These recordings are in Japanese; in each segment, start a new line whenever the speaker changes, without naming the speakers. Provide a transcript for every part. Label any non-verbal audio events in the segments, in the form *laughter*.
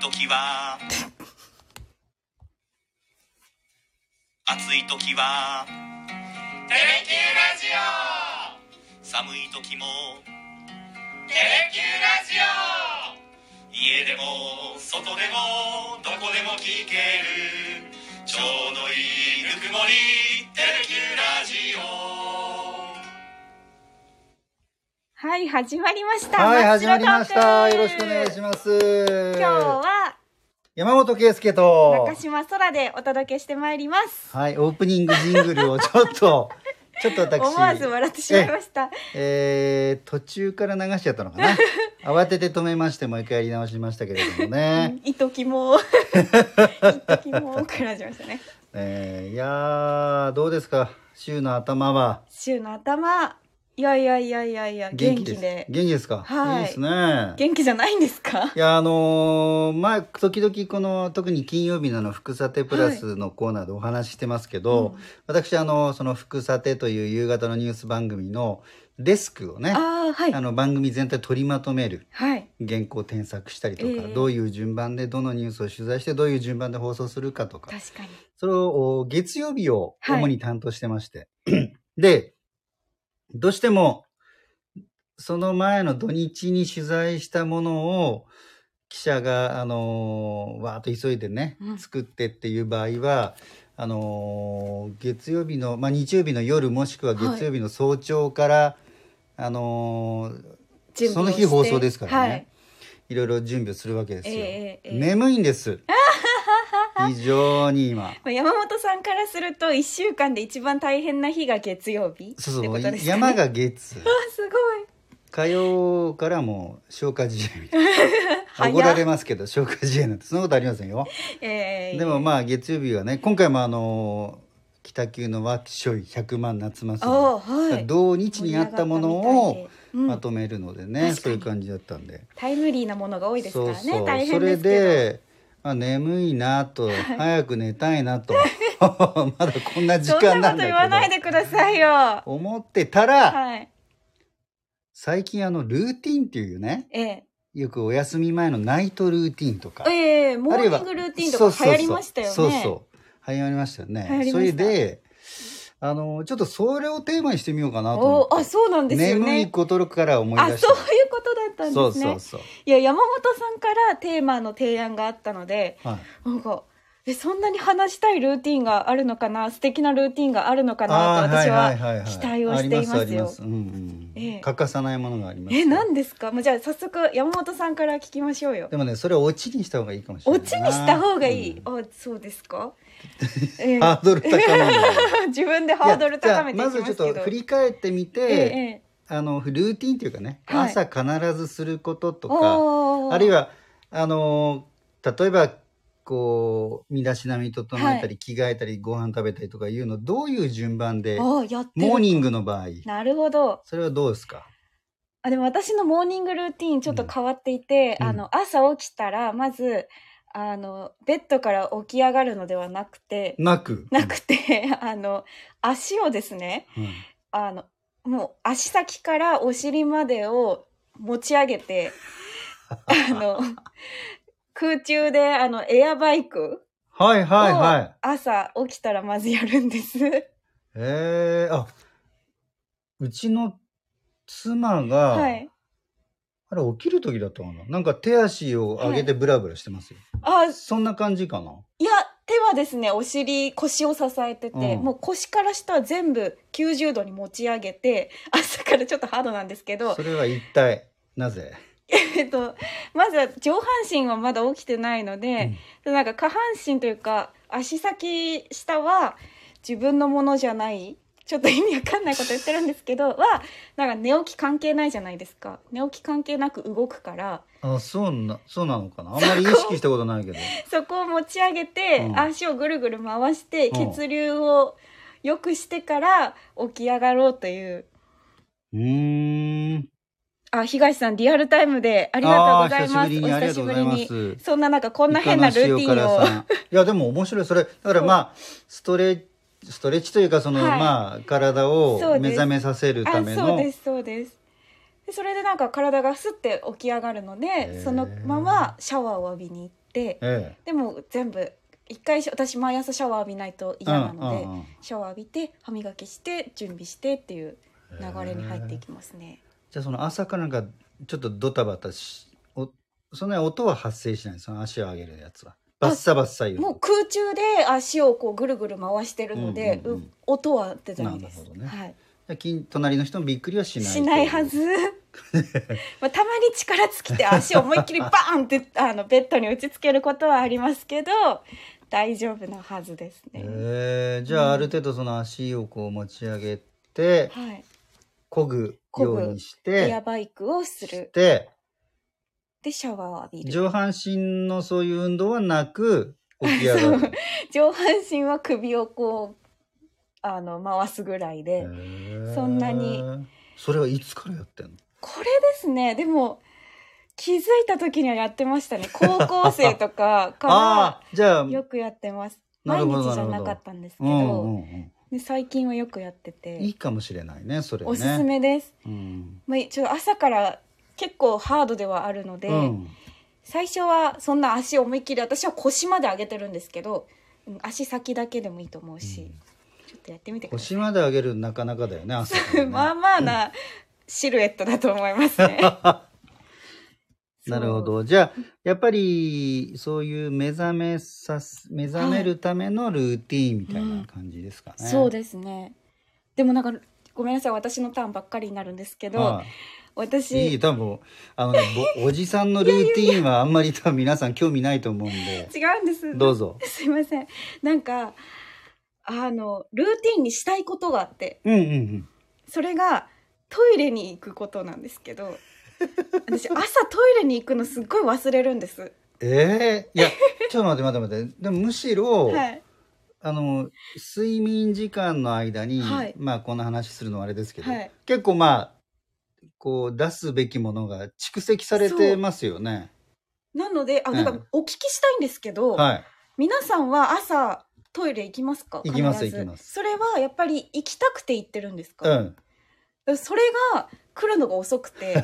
時は *laughs* 暑い時は
テレキューラジオ
寒い時も
テレキューラジオ
家でも外でもどこでも聞けるちょうどいいぬくもりテレキューラジオ
はい、始まりました。
はい、
松
始
代
まりまし
トー
た。
ク
よろしくお願いします。
今日は
山本圭介と
中、島空でお届けしてまいります。
はい、オープニングジングルをちょっ
*laughs*
と、ちょっと私、
思わず笑ってしまいました。
えー途中から流しちゃったのか
*laughs*
な。慌てて止めまして、もう一回やり直しましたけれどもね。
いとき
*laughs*
も、いときもから始まりましたね。
えーいやー、どうですか週の頭は
週の頭、いやいやいやいやいや、元気
です
で。
元気ですか、
はい
いですね。
元気じゃないんですか
いやあのー前時々この特に金曜日のあの「福さてプラス」のコーナーでお話ししてますけど、私あのその「福さて」という夕方のニュース番組のデスクをねあ
ああ、はい。
の番組全体取りまとめる
はい。
原稿を添削したりとか、
ええ
どういう順番でどのニュースを取材してどういう順番で放送するかとか
確かに。
それをお月曜日を
はい
主に担当してまして、 *clears throat* でどうしてもその前の土日に取材したものを記者が、あのーわーっと急いでね
うん
作ってっていう場合は、あのー月曜日の、まあ、日曜日の夜もしくは月曜日の早朝から、あのー
準備をして
その日放送ですからね
はい。
いろいろ準備をするわけですよ。
ええええ
眠い
*laughs*
んです。非常に今。
まあ山本さんからすると、一週間で一番大変な日が月曜日って
そうそう、
ことですかね。
山。が月。
あ、 *laughs* すごい。
火曜からもう消化試合みたいな
*laughs* 早っ
怒られますけど消化試合なんてそんなことありませんよ
ええ
でもまあ月曜日はね今回もあの北急のワークショイ100万夏祭り、
おーはい
同日にあったもの
盛り上がったみ
を
たいでうん
まとめるので
確
ね、
かに
そういう感じだったんで
タイムリーなものが多いですからね
そうそう
大
そ
変で
れ
すけ
で、まあ、眠いなと早く寝たいな
*laughs*
とまだこんな時
どそ
間
んな
な
こ
ん
と言わな
だ
い
けど
でくださいよ
思ってたら、
はい
最近あのルーティンっていうね
ええ
よくお休み前のナイトルーティンとか
ええモ
あ
ー
るい
ニ
は
ングルーティンとか流行りましたよね
そうそうそう流行りましたよね
流行り
そ
ま
れ
した
であのちょっとそれをテーマにしてみようかなと思
お
って
あそうなんですよ
眠い
ね
ことから思い
あ
出し
そ
た
ういうことだったんですね
そうそうそう
いや山本さんからテーマの提案があったので
はい
なんかえそんなに話したいルーティンがあるのかな素敵なルーティンがあるのかな
あ
と
ー
私はい
いいい
期待をしていますよ
ありますありますうんうん
ええ
欠かさないものがあります
え何ですかもうじゃあ早速山本さんから聞きましょうよ
でもねそれをオチにした方がいいかもしれな
オ
いな
チにした方がいい、
うん
あそうですか、
*laughs*
ええ
ハードル高め
*laughs*
に
自分でハードル高めていき
いや
ま
じゃあ
す
まず
け
ち
ど
ょっと振り返ってみて、
ええええ
あのルーティンというかね、
はい
朝必ずすることとか
おー
あるいはあの例えばこう身だしなみ整えた
は
り着替えたりご飯食べたりとかいうのどういう順番でモ
あーやってる
ーニングの場合
なるほど
それはどうですか
あでも私のモーニングルーティーンちょっと変わっていて、
うん
あの朝起きたらまずあのベッドから起き上がるのではなくて、
なく
なくて *laughs* あの足をですね
うん
あのもう足先からお尻までを持ち上げ
*laughs*
てあの空中であのエアバイク
はいはいはい
を朝起きたらまずやるんです。
えー、あうちの妻が、
はい。
あれ起きる時だったかななんか手足を上げてブラブラしてますよ、
あ、
そんな感じかない
や、手はですね、お尻、腰を支えてて、
うん
もう腰から下は全部90度に持ち上げて、朝からちょっとハードなんですけど
そ、れは一体なぜ、
えっと、まず上半身はまだ起きてないので、なんか下半身というか、足先下は自分のものじゃない、ちょっと意味わかんないこと言ってるんですけど、 *laughs* は、なんか寝起き関係ないじゃないですか。寝起き関係なく動くから、
あそうなそうなのかなあんまり意識したことないけど
そこを持ち上げて、
うん
足をぐるぐる回して、
うん
血流を良くしてから起き上がろうという。
うーん
あ、東さん、リアルタイムでありがとうございます。
あー久しぶりにありがとうございます
そんな中、こんな変なルーティンを。
いかなしおからさんいやでも面白いそれだからまあストレッチストレッチというかその、
はい
まあ体を
そうです
目覚めさせるた
あ、
め
そう
の
です、そうです。でそれでなんか体がスッて起き上がるので、
ー
そのままシャワーを浴びに行って
え
でも全部一回し私毎朝シャワー浴びないと嫌なので
うんうんうん
シャワー浴びて歯磨きして準備してっていう流れに入っていきますね。
えじゃあその朝からなんかちょっとドタバタしおそんなに音は発生しないその足を上げるやつはバッサバッサいう
もう空中で足をこうぐるぐる回してるので、
うんうんうん
う音は出てないです。
なるほどね
はい。
で近隣の人もびっくりはしない
しないはず。 *laughs* まあ、たまに力尽きて足を思いっきりバーンってあのベッドに打ちつけることはありますけど大丈夫なはずですね。
えーじゃあある程度その足をこう持ち上げて
はい、
漕ぐ
漕
よ
ぐ
うにし
エア
て
バイクをする
して
でシャワーを浴びる
上半身のそういう運動はなく起き
*laughs*
上がる。
上半身は首をこうあの回すぐらいで、
へえ
そんなに
それはいつからやってんの
これですねでも気づいた時にはやってました
*laughs*
ね高校生とかか
ああじゃあ
らよくやってます
なる
毎
ほど
日じゃ
なる
な
ほど
かったんですけ
う
ど、
んうんうん
で最近はよくやってて
いいかもしれないねそれね
おすすめです、
うん
まあ、ちょっと朝から結構ハードではあるので、
うん
最初はそんな足を思いっきり私は腰まで上げてるんですけどうん足先だけでもいいと思うし、ちょっとやってみてください
腰まで上げるなかなかだよね朝からね
まあまあなシルエットだと思いますね。
*laughs* なるほどじゃあやっぱりそういう目覚めさす目覚めるためのルーティーンみたいな感じですかね、
そうですね。でもなんかごめんなさい私のターンばっかりになるんですけど、
はい
私
いい多分あ
*laughs*
のね、ぼおじさんのルーティーンはあんまり多分皆さん興味ないと思うんで
違うんです。
どうぞ
*laughs* すいません。なんかあのルーティンにしたいことがあって、
うんうんうん
それがトイレに行くことなんですけど、私朝トイレに行くのすっごい忘れるんです。
ええ
*laughs*
いやちょっと待って待って待ってでもむしろ、
はい。
あの睡眠時間の間に、
はい
まあこの話するのはあれですけど、
はい
結構まあこう出すべきものが蓄積されてますよね。
なのであなん
うん
かお聞きしたいんですけど、
はい。
皆さんは朝トイレ行きますか？
行きます
必ず
行きます
それはやっぱり行きたくて行ってるんですか？
うん。
それが来るのが遅く *laughs* て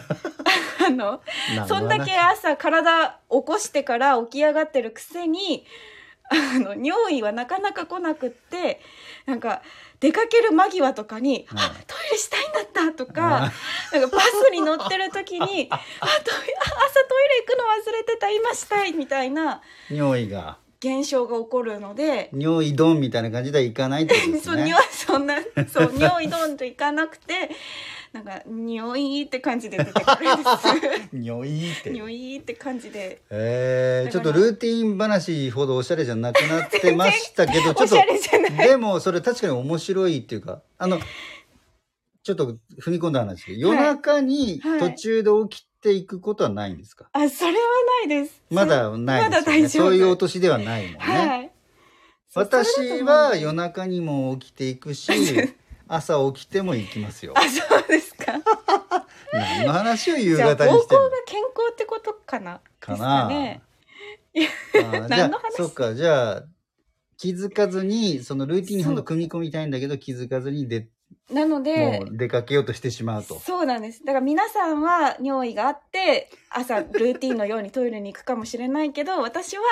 あの
なるほど
そ
ね
んだけ朝体起こしてから起き上がってるくせにあの尿意はなかなか来なくってなんか出かける間際とかに「
うん
あトイレしたいんだった」とかなんかバスに乗ってる
*laughs*
時に「あトイあ朝トイレ行くの忘れてた今したい」みたいな
尿意が
現象が起こるので。
尿意ドンみたいな感じではいかないってことで
*laughs* そ
す
う
ね
匂い。そんなそう匂いどんといかなくてなんか匂いって感じで出てくるんです
*laughs* 尿意 *laughs* って。
匂いって感じで
えー、ちょ
だ
っ
から
とルーティン話ほどおしゃれじゃなくなってまし
*laughs*
たけどちょ
お
っと
しゃれじゃない
でもそれ確かに面白いっていうかあのちょっと踏み込んだ話ですけど
はい
夜中に
はい
途中で起きていくことはないんですか、
あそれはないです
まだない
まだ
ですよ
大丈夫
ね、そういうお年ではないもんね、
はいそうそれだ
私
と
は
思う
夜中にも起きてい
*laughs*
くし朝起きても行きますよ
あそうですか
何の話を夕
じゃあ
方
膀胱
に
が
してんの
健康ってことかな
かな
ですかね
あーじゃ
何
あ
の話
そっかじゃあ気づかずにそのルーティンに
そう
ほんと組み込みたいんだけど気づかずにで
なので
もう出かけようとしてしまうと。
そうなんですだから皆さんは尿意があって朝ルーティンのようにトイレに行くかもしれないけど *laughs* 私は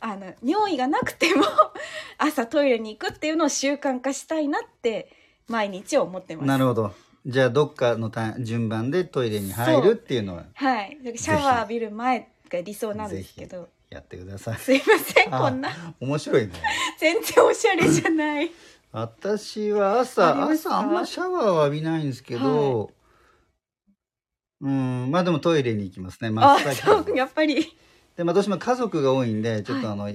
あの尿意がなくても *laughs* 朝トイレに行くっていうのを習慣化したいなって毎日思ってます
なるほどじゃあどっかのタイ順番でトイレに入るっていうのを
はいシャワー浴びる前が理想なんですけど
やってください。
すいません
あ
こんな
面白いね。
全然おしゃれじゃ
*laughs*
ない
私は
あ
朝
りますか
朝あんまシャワーは浴びないんですけど、うんまあでもトイレに行きますね真
あ
っ先
そう
に
やっぱり
で、まあ、どうしても家族が多いんでちょっとあの、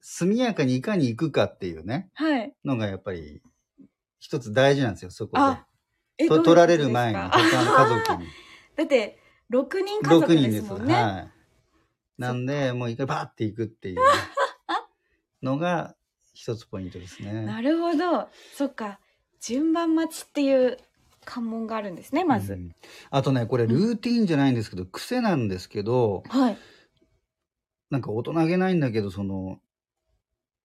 速やかにいかに行くかっていうね
はい
のがやっぱり一つ大事なんですよそこ
あえ
で。
どうい
と
うこと
取られる
*laughs*
前に
です
他
か
の家族に。
だって6人家
6
族
人
で
ですす。
もんね、
はい。なんで、もう一回バーっていくっ
*laughs*
ていうのが一つポイントですね。
なるほどそっか順番待ちっていう関門があるんですねまず、
うんあとね、これルーティーンじゃないんですけど、癖なんですけど、
はい
なんか大人げないんだけど、その、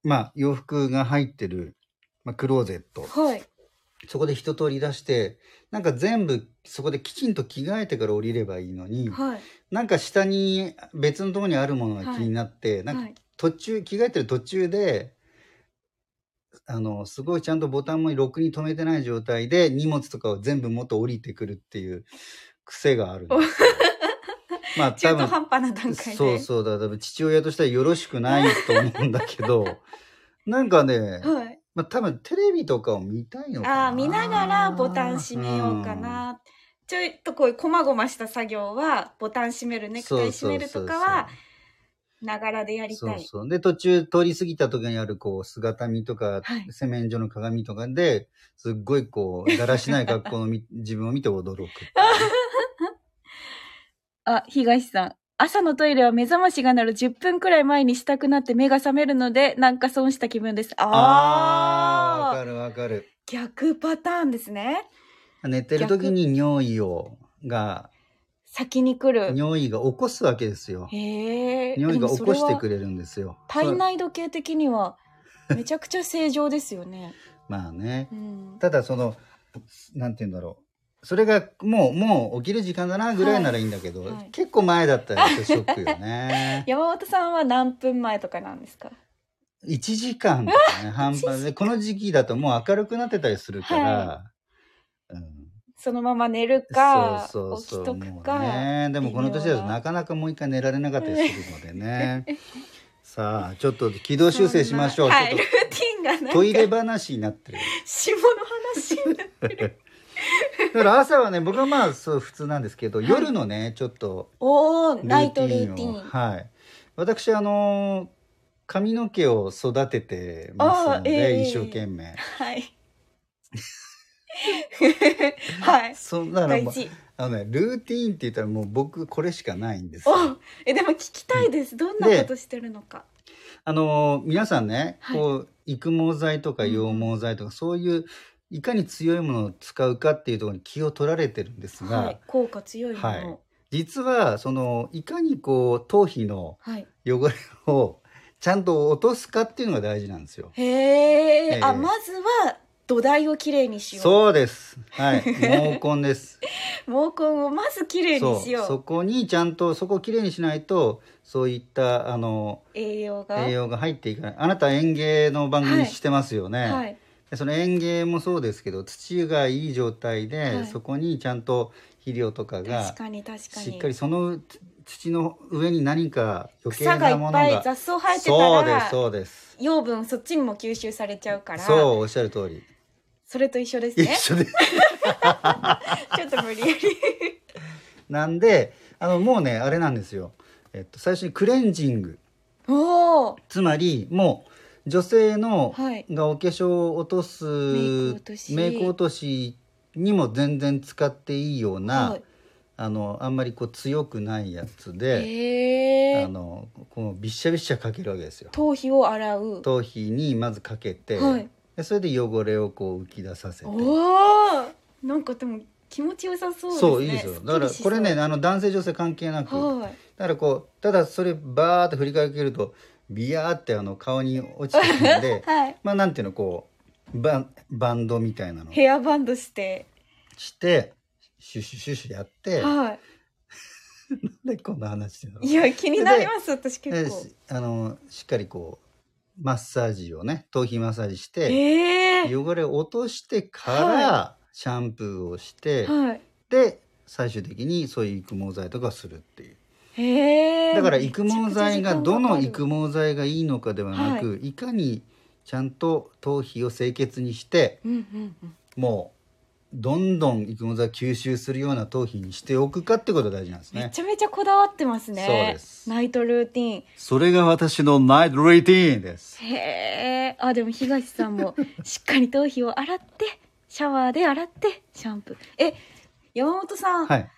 まあ洋服が入ってる、まあ、クローゼット
はい
そこで一通り出してなんか全部そこできちんと着替えてから降りればいいのに、
はい
なんか下に別のところにあるものが気になって、なんか
はい
途中着替えてる途中であのすごいちゃんとボタンもろくに止めてない状態で荷物とかを全部元降りてくるっていう癖があるんですよまあ
*laughs*
多
中途
分
半端な段階で
そうそうだ多分父親としてはよろしくないと思うんだけど *laughs* なんかね、
はい、
まあ、多分テレビとかを見たいのかな
ああ見ながらボタン閉めようかな、ちょっとこういうこまごました作業はボタン閉めるネクタイ閉めるとかはながらでやり
そ
た
う
い
そう。で、途中通り過ぎた時にある、こう、姿見とか、
はい
洗面所の鏡とかで、すっごいこう、だらしない格好のみ *laughs* 自分を見て驚くっていうね。
あ東さん朝のトイレは目覚ましが鳴る10分くらい前にしたくなって目が覚めるのでなんか損した気分です
あーわ
ああ
かるわかる。
逆パターンですね
寝てる時に尿意を、が、
先に来る
尿意が起こすわけですよ。
へえ
尿意が起こして
る
くれるんですよ。
体
そう
内時計的にはめちゃくちゃ正常ですよ
*laughs*
ね、
まあね
う。ん、
ただそのなんて言うんだろうそれがもうもう起きる時間だなぐらいならいいんだけど、
はいはい
結構前だったらショックよね
山本さんは何分前とかなんですか
1時
*laughs*
間とかね半端でこの時期だともう明るくなってたりするから、
は
うん、
そのまま寝るか
そうそうそう
起きとくか、
もうねでもこの年だとなかなかもう一回寝られなかったりするの
*laughs*
でねさあちょっと軌道修正しましょう、
そんなはい、
ち
ルー
ょっ
ティンがなん
と
か
トイレ話になってる
下の話に
*laughs*
なってる
だから朝はね僕はまあそう普通なんですけど、夜のねちょっと
おー
ル
ナイ
テ
トル
ィ
ー
ンを
ティン
はい私あのー髪の毛を育ててますの
あー
で、
ええ
一生懸命、
はい
*laughs*
はい
そんなら
大
もう
事
あのねルーティーンって言ったらもう僕これしかないんですよ
おえでも聞きたいですどんなことしてるのか
あのー皆さんね、
はい
こう育毛剤とか羊毛剤とか、そういういかに強いものを使うかっていうところに気を取られてるんですが、
はい効果強いもの
はい実はそのいかにこう頭皮の
はい
汚れをちゃんと落とすかっていうのが大事なんですよ。
へえ、
ええ
あまずは土台をきれいにしよう
そうです。
*laughs*
はい。毛根です。
毛根をまずきれい
そ
にし
う。
よう
そこにちゃんとそこをきれいにしないと、そういったあの
栄養が
栄養が入っていかない。あなた園芸の番組
はい
してますよね。
はい
でその園芸もそうですけど、土がいい状態で、
はい
そこにちゃんと肥料とかが
確かに確かに
しっかりその土土の上に何か余計
草がい
な
っ
もの
ぱ
が
い雑草生えてた
そうです
ら
そうです。
養分そっちにも吸収されちゃうから
そうおっしゃる通り。
それと一緒です
一
ね
緒です。
ちょっと無理やり
なんであのもうねあれなんですよ、えっと、最初にクレンジング
おお
つまりもう女性の、
はい
がお化粧を落とす
メイク落とし
メイク落としにも全然使っていいような、
はい
あのあんまりこう強くないやつで、
へ
あ
え
のこのびっしゃびっしゃかけるわけですよ。
頭皮を洗う
頭皮にまずかけて、
はい
でそれで汚れをこう浮き出させて。
おおなんかでも気持ちよさそうですね
そういいですよ。だ
っ
から
きりし
こ
そう
れねあの男性女性関係なく、
はい
だからこうただそれバーって振りかけるとビヤーってあの顔に落ちてくる
*laughs*
んで
はい
まあなんていうのこうバンバンドみたいなの
ヘアバンドして
してシュッシュッシュッシュやってなん
は
でこんな話してんだろ
いういや気になります私
で
結構
しあのしっかりこうマッサージをね頭皮マッサージして
ええ
汚れを落としてからシャンプーをして、
はい
で最終的にそういう育毛剤とかするっていう。
へえ
だから育毛剤がどの
毛
育毛剤がいいのかではなく、い、かにちゃんと頭皮を清潔にして
うんうんうん
もうどんどん育毛剤を吸収するような頭皮にしておくかってことが大事なんです
め
ね
ちゃめちゃこだわってますね。
そうです
ナイトルーティーン。
それが私のナイトルーティーンです
へえ。あでも東さん
*laughs*
もしっかり頭皮を洗ってシャワーで洗ってシャンプー。え山本さん、
はい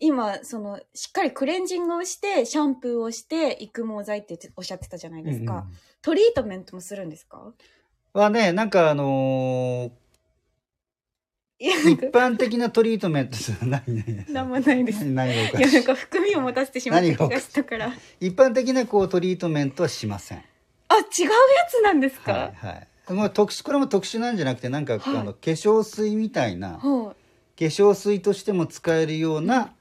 今そのしっかりクレンジングをしてシャンプーをして育毛剤って言っておっしゃってたじゃないですか。
うんうん
トリートメントもするんですか？
はねなんかあの
いや
ー
なん
一
か
般的なトリートメントじゃない
*laughs*
ね
なんもないです。
何何がお
い
か
や
し
ないんか含みを持たせてしまった気がしたから。あ
一般的なこうトリートメントはしません
違うやつなんですか？
はいはいもう特殊これも特殊なんじゃなくてなん
は
か、
い
あの化粧水みたいな化
は
粧水としても使えるような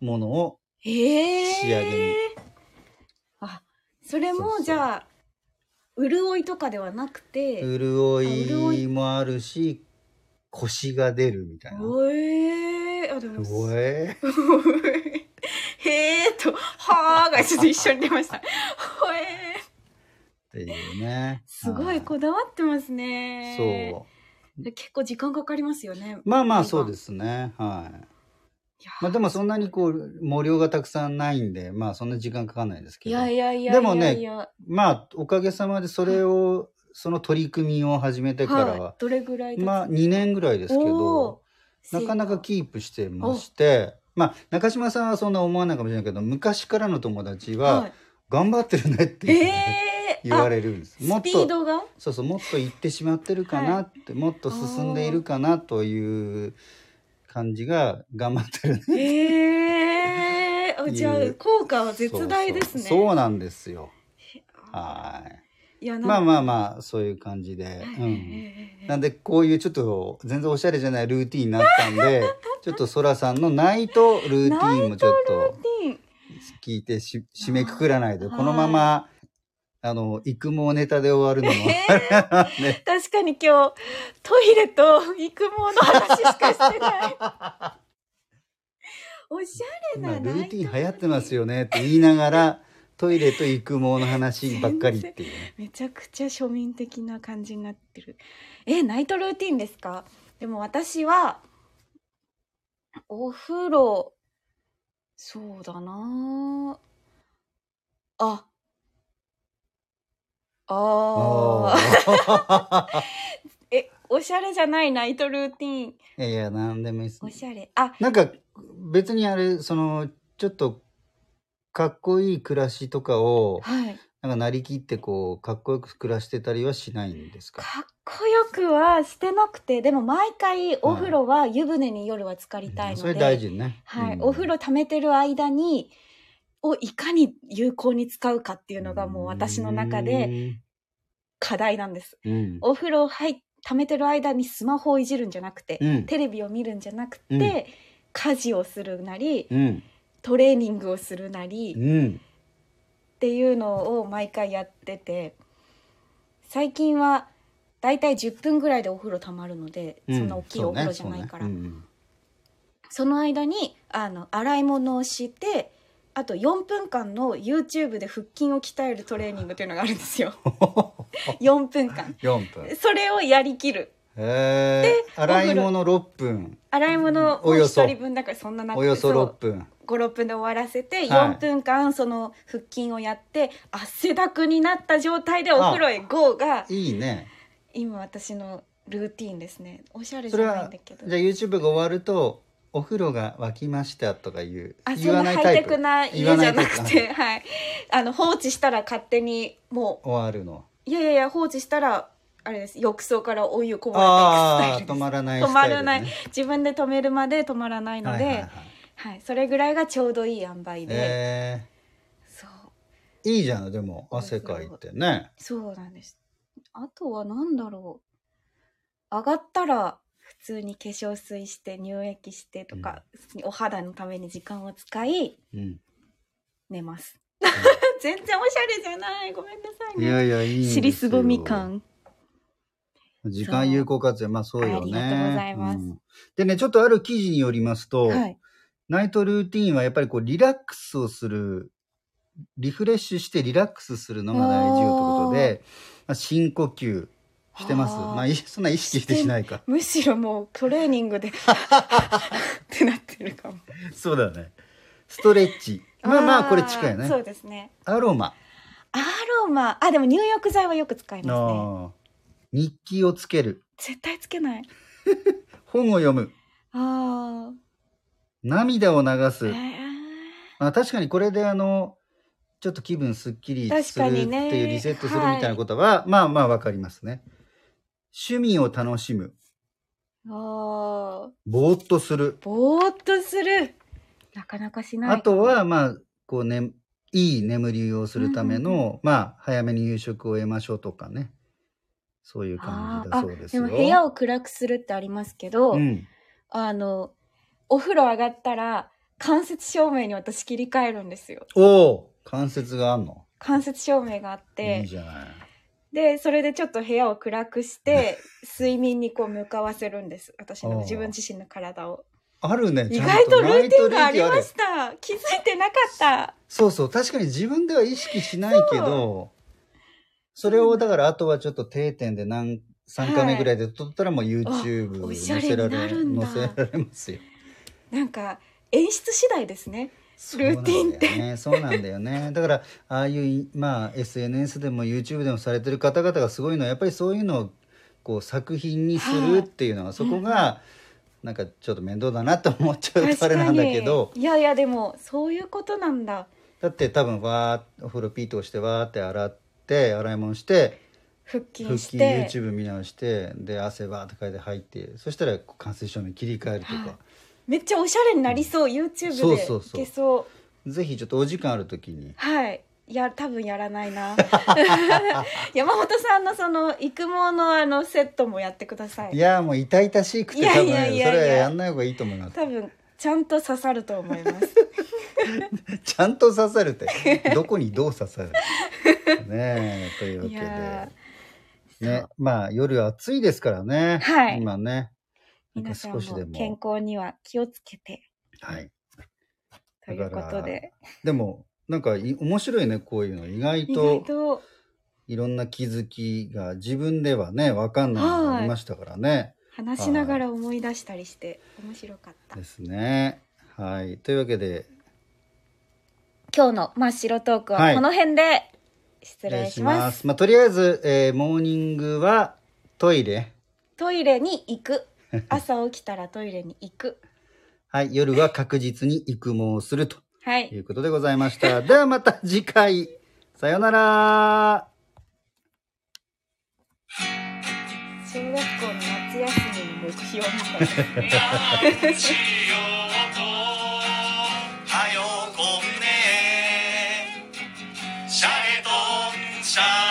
ものを
い。ええー。
仕上げに
あ、それ
そうそ
も
う
じゃあ、潤いとかではなくて、
潤
潤
い
い
もあるしコシが出るみたいな。
ええー。あ、でも、
おえ
へえと、はーがちょっと一緒に出ました。ほえー。
っていうね。
すご
はい
こだわってますね。。
そう
結構時間かかりますよね。
う。まあまあそうですね。はい。
いや
まあでもそんなにこう、毛量がたくさんないんで、まあそんな時間かかんないですけ
い
ど。
やいやいやいやいや
でもねまあおかげさまでそれを、その取り組みを始めてから
は
は、
い。どれぐらい経つ
まあ2年ぐらいですけど
お、
なかなかキープしてまして、まあ中島さんはそんな思わないかもしれないけど、昔からの友達
は
は、
い
頑張ってるねって
ええ
言わ
れ
れるんです。
スピードが
そうそうもっと行ってしまってるかなって、もっと進んでいるかなという感じが頑張ってるね。
ええあじゃあ
いう
効果は絶大ですね。
そうそうそうなんですよ。
あ
はい。
いや
まあ
あ。
まあまあそういう感じで、う
え
ん。
え
なんでこういうちょっと全然おしゃれじゃないルーティンになった
*laughs*
んで、ちょっとそらさんのナイトルーティンもちょっと
ルーテ
聞い
*laughs*
てし締めくくらないで、
はい
このままあの育毛ネタで終わるの
*laughs* ィ
も、
ン確かに今日トイレと育毛の話しかして
*laughs*
ない。おしゃれ
今
な
ルーティン流行って
す
ますよねって言いながらトイレと育毛の話ばっかりっていう
*laughs*
ね
めちゃくちゃ庶民的な感じになってるえナイトルーティンですかでも私はお風呂そうだなああ
あ
ー
あ
えおしゃれじゃないナイトルーティン
*laughs* いやいや何でもいいです
おしゃれあ
なんか別にあれそのちょっとかっこいい暮らしとかを
はい
なんかなりきってこうかっこよく暮らしてたりはしないんですか
かっこよくはしてなくてでも毎回お風呂は湯船に夜は浸かりたいので、
それ大事ね、
はい、
うん
お風呂溜めてる間にをいかに有効に使うかっていうのがもう私の中で課題なんです。
うん
お風呂入溜めてる間にスマホをいじるんじゃなくて、
うん
テレビを見るんじゃなくて、
うん
家事をするなり
うん
トレーニングをするなり
う、ん
っていうのを毎回やってて最近はだいたい10分ぐらいでお風呂溜まるので、
うん
そんな大きいお風呂じゃないから。
そうねそうね
その間にあの洗い物をしてあと4分間の YouTube で腹筋を鍛えるトレーニングというのがあるんです
*laughs*
よ4分間
うん、4分へ
それをやりきる
え洗い物6分
洗い物
お
を
よ
1
そ
人分だからそんなな
およそ6分
56分で終わらせて
はい
4分間その腹筋をやって、汗だくになった状態でお風呂へ GO が
いいね
今私のルーティンですねおしゃれじ
そ
ゃ
れ
ないん
は
だけど
じゃあ YouTube が終わると「お風呂が沸きました」とか言う
あそ
言
ん
わ
な
ない
ハ
タ
イ
イ
テ
プ
クな家
言
じ
わない
ゃ
タイ
な
プ
くて、はい、あの放置したら勝手にも
終わるの
ういやいやいや放置したらあれです浴槽からお湯こぼれ
あ
ていくスタイルです
あ止まらない
止
スタ
ま
イル、ね、
らない自分で止めるまで止まらないの
は
で、
いは
はいい
はい
それぐらいがちょうどいい塩梅で、
え
そう
ーいいじゃんでも汗かいてね
そうなんですあとは何だろう上がったら普通に化粧水して乳液してとか、お肌のために時間を使い
うん、
寝ます。 *laughs* 全然おしゃれじゃない。ごめんなさい
い
ね。
やいやいいんですよ
尻すぼみ感。
時間有効活用まあそうよね
ありがとうございます
んでねちょっとある記事によりますと、
はい。
ナイトルーティーンはやっぱりこうリラックスをする、リフレッシュしてリラックスするのが大事よということで、まあ、深呼吸してます。
あー
まあいそんな意識してしないか。
むしろもうトレーニン
*laughs*
グでってなってるかも。
そうだね。ストレッチ。まあまあこれ近い
あーそ
ね。
うですね。
アロマ
アロマ。あ、でも入浴剤はよく使いますね。
の日記をつける。
絶対つけない。
本を読む。
あ
涙を流
あ。
す。
えー
まあ確かにこれであの、ちょっと気分すっきり
確
する
か
って
にね
いうリセットするみたいなことは、まあまあわかりますね。趣味を楽しむ。
ああ。
ぼーっとする。
ぼーっとする。なかなかしない。
あとは、まあ、こうね、いい眠りをするための、
うんうん
まあ、早めに夕食を得ましょうとかね。そういう
あ
感じ
ー
だ
あ
そうです
で
よ。
も部屋を暗くするってありますけど、
うん、
あのお風呂上がったら間接照明に私切り替えるんですよ
おお関節があんの
間接照明があって
いいじゃない。
でそれでちょっと部屋を暗くして睡眠にこう向かわせるんです私
あー
の自分自身の体を
あるね、
意
ちゃん
外とル
ナ
ー
イ
ティ
ト
ンがあり
ルーティン
ました気づいてなかった
そうそう、確かに自分では意識しないけど、それをだからあとはちょっと定点で何、3回目ぐらいで撮ったらもう YouTube
あお
に
しゃ
載
れ
せら
にな
れ
るんだ
載せられますよ。
なんか演出次第ですねルーティンって
てそうなんだ
*laughs*
よねだからああいうまあ SNS でも YouTube でもされてる方々がすごいのはやっぱりそういうのをこう作品にするっていうのはそこがなんかちょっと面倒だなと思っちゃうとあれなんだけど
いやいやでもそういうことなんだ
だって多分わーお風呂ピーと押してわーって洗って洗い物して
腹
腹
筋し
筋
て
YouTube 見直してで汗わーってかいて入ってそしたら関節照明切り替えると
は
か。
めっちゃおしゃれになりそう YouTube
そ
で
うそう
い
そう
けそう
ぜひちょっとお時間ある時に
はい。いや、多分やらないな。 *laughs* 山本さんのその育毛のあのセットもやってくださ
い
い。
やーもう痛々しくて
い
多
や
分
いやいやいや
それはやんない方がいいと思います
多分ちゃんと刺さると思います。
ちゃんと刺さ
*laughs*
るってどこにどう刺さるねえというわ
い
け
や
で、ね、まあ夜暑いですからね、
はい
今ねなんか
皆さん
少
も
しでも
健康には気をつけて
はい、
ということで、
でもなんかい面白いねこういうの意外
意外
と
と
いろんな気づきが自分ではね分かんないのがありましたからね。
話しながら思い出したりして面白かった。
ですね。はい、というわけで
今日の真っ白トーク
は
はいこの辺で失礼します。
まあ、とりあえず、えーモーニングはトイレ、
トイレに行
*laughs*
く。朝起きたらトイレに行く。
はい、夜は確実に育毛をすると。
はい。
ということでございました。ではまた次回。さよなら。
小学校の夏休みの目標みたいな。
なんしようとはよこんねシャレとんシャレ